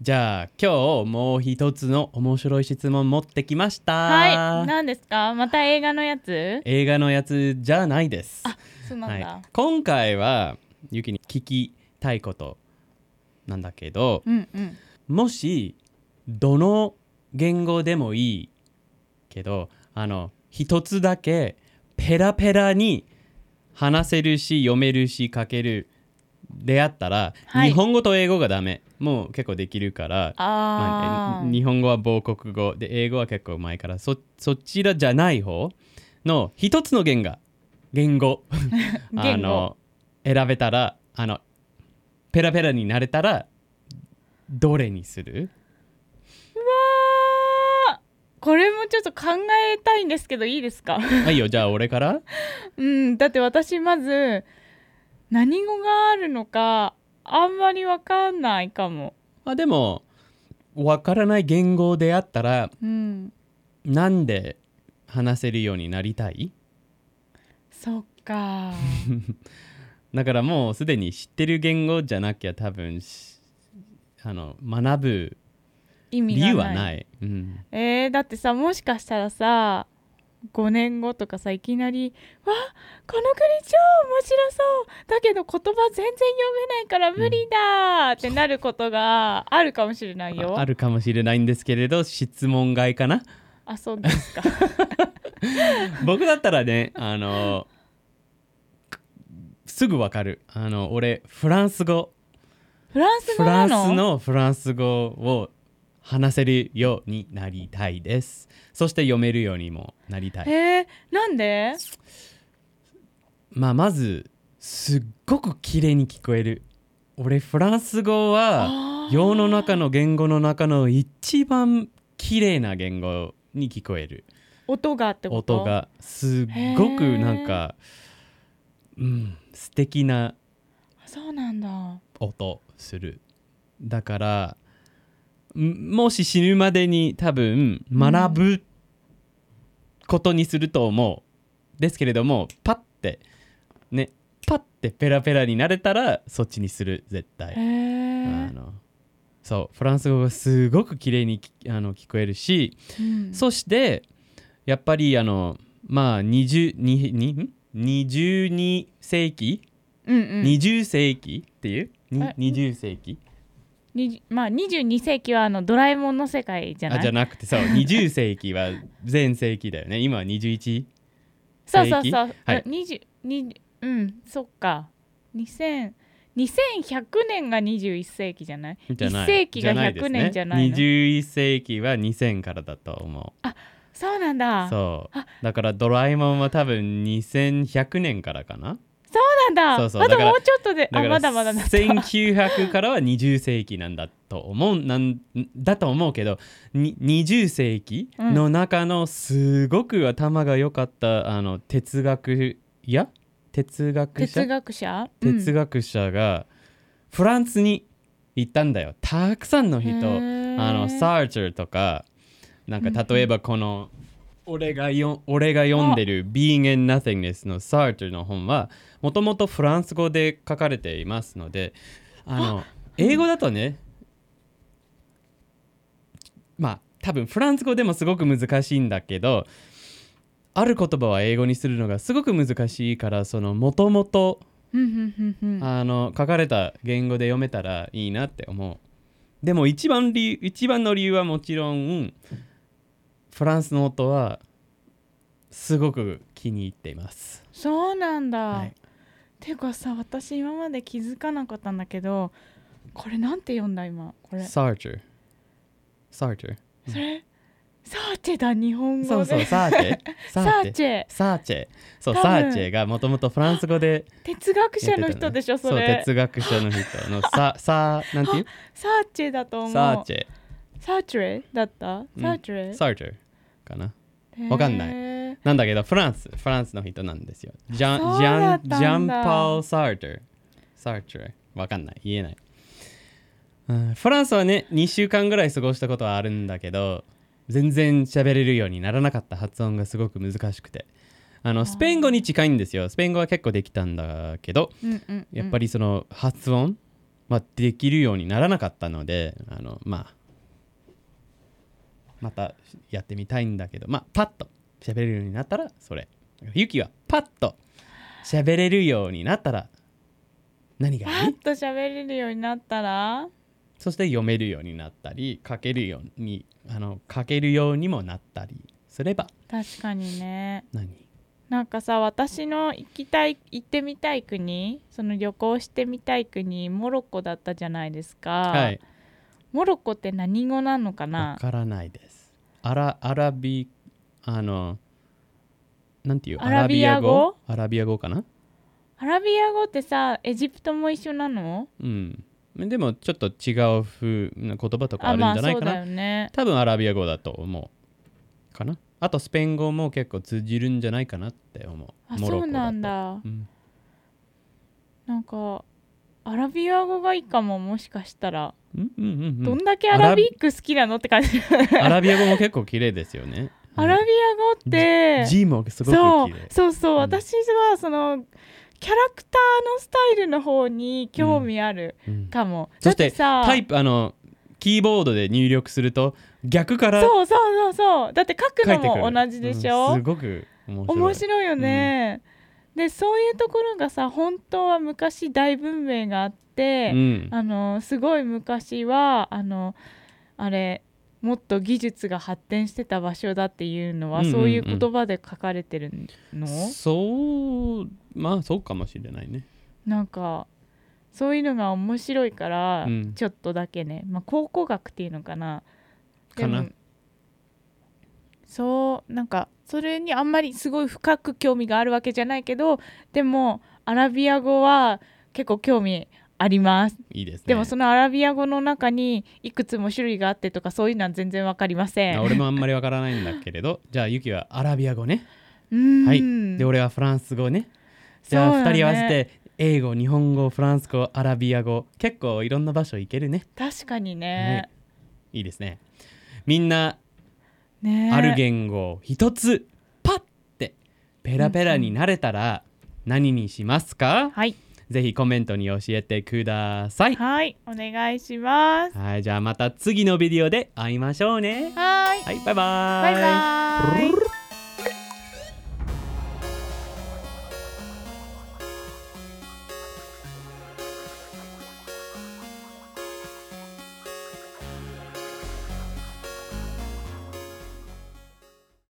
じゃあ今日もう一つの面白い質問持ってきましたはい、何ですかまた映画のやつ映画のやつじゃないですあそうなんだ、はい、今回はゆきに聞きたいことなんだけどうんうんもしどの言語でもいいけどあの一つだけペラペラに話せるし読めるし書けるであったら、はい日本語と英語がダメもう結構できるからまああー、え日本語は母国語で英語は結構前からそそちらじゃない方の一つの言語言語言語あの選べたらあのペラペラになれたらどれにするあこれもちょっと考えたいんですけどいいですかあいいよじゃあ俺から うんだって私まず何語があるのかあんまりわかんないかもあでもわからない言語であったらうんなんで話せるようになりたいそっかだからもうすでに知ってる言語じゃなきゃ多分しあの学ぶ意味 理がない由はない。うんえー、だってさもしかしたらさ5年後とかさいきなり「わこの国超面白そうだけど言葉全然読めないから無理だ!」ってなることがあるかもしれないよ。ああるかもしれないんですけれど質問外か なあそうですか。僕だったらねあのくすぐわかるあの俺フランス語フランスフ語ラなンのスのフランス語を話せるようになりたいですそして読めるようにもなりたい、えー、なんでまあ、まずすっごく綺麗に聞こえる俺フランス語はあー世の中の言語の中の一番綺麗な言語に聞こえる音がってこと音がすっごへくーなんか、うん、素敵なそうなんだ。音するだからんもし死ぬまでに多分学ぶことにすると思うですけれどもパッてねパッてペラペラになれたらそっちにする絶対へ。えあ、のそうフランス語がすごく綺麗にきあの聞こえるしうんそしてやっぱりあのまあ20ににん22世紀、うんうん20世紀っていうにえ20世紀にじまあ、22世紀はあのドラえもんの世界じゃなあいじゃなくて そう20世紀は全世紀だよね今は21そうそうそう。はい20、20うん、そっか。2000 2100年が21世紀じゃないじゃない1世紀がないです100ね年じゃないの21世紀は2000からだと思そうなんうだそうそうあだからドラえもんは多分2100年からかななんだそうそうまだかだらもうちょっとであだからまだまだだった1900からは20世紀なんだと思うなんだと思うけどに20世紀の中のすごく頭が良かったあの哲学や哲学者哲学者哲学者がフランスに行ったんだよたくさんの人あのサーチャーとかなんか例えばこの、俺がよ俺が読んでる「Being and Nothingness」のサーチャーの本はもともとフランス語で書かれていますのであの英語だとねまあ多分フランス語でもすごく難しいんだけどある言葉は英語にするのがすごく難しいからそのもともとうんうんうんうんうんあの書かれた言語で読めたらいいなって思うでも一番理由一番の理由はもちろんフランスの音はすごく気に入っています、そうなんだ、はい、ていうかさ私今まで気づかなかったんだけどこれなんて読んだ今これそサーチャーサーチャれサーチェだ日本ー語でそうそうサーチェ ササーーチェチェサーチェそう多サ分ーチェがもともとフランス語で哲学やっ者てたのね人でしょそそうれ哲学者の人のささなんていうサーチェだと思うサーチェサーチュレだったうんサーチュレ、サーチェかなへーわかんないなんだけどフランスフランスの人なんですよジャンそうジだャっンたジんだャンパール・サートルサートルわかんない言えないうんフランスはね2週間ぐらい過ごしたことはあるんだけど全然喋れるようにならなかった発音がすごく難しくてあのスペイン語に近いんですよスペイン語は結構できたんだけどうんうんうん、やっぱりその発音まあ、できるようにならなかったのであの、まあ、またやってみたいんだけど、まあ、パッと喋れるようになったらそれユキはパッと喋れるようになったら何がパいッいと喋れるようになったらそして読めるようになったり書けるようにあの書けるようにもなったりすれば確かにね何なんかさ私の行きたい行ってみたい国その旅行してみたい国モロッコだったじゃないですか、はいモロッコって何語なのかわなからないですアラアラビあのなんていうアラビア語アラビア語かなアラビア語ってさエジプトも一緒なのうんでもちょっと違う風な言葉とかああるんまじゃあないそかうな、だよね多分アラビア語だと思うかなあとスペイン語も結構通じるんじゃないかなって思うモあロッそコうだとなんだうんなんかアラビア語がいいかももしかしたら、うんうんうんうどんんだけアラビック好きなのって感じアラビア語も結構綺麗ですよね アラビア語って字もすごくそう綺麗そうそう、うん私はそのキャラクターのスタイルの方に興味あるうんかも、そしてだってさタイプあのキーボードで入力すると逆から書いそうそうそうそうだって書くてくるのも同じでしうょ、んすごく面白い面白いよね、でそういうところがさ本当は昔大文明があって、うんあのすごい昔はあのあれもっと技術が発展してた場所だっていうのは、うんうんうんそういう言葉で書かれてるのそうまあそうかもしれないねなんかそういうのが面白いから、うんちょっとだけね、まあ、考古学っていうのかなかなでもそうなんかそれにあんまりすごい深く興味があるわけじゃないけどでもアラビア語は結構興味ありますいいですねでもそのアラビア語の中にいくつも種類があってとかそういうのは全然わかりませんあ俺もあんまりわからないんだけれ どじゃあユキはアラビア語ねうんはいで俺はフランス語ねじゃあそうだ2ね人合わせて英語日本語フランス語アラビア語結構いろんな場所行けるね確かにね,、いいですねみんなねある言語を一つパッてペラペラになれたら何にしますか、はいぜひコメントに教えてください。はいお願いしますはい、じゃあまた次のビデオで会いましょうね。はいはい、バイババイバイ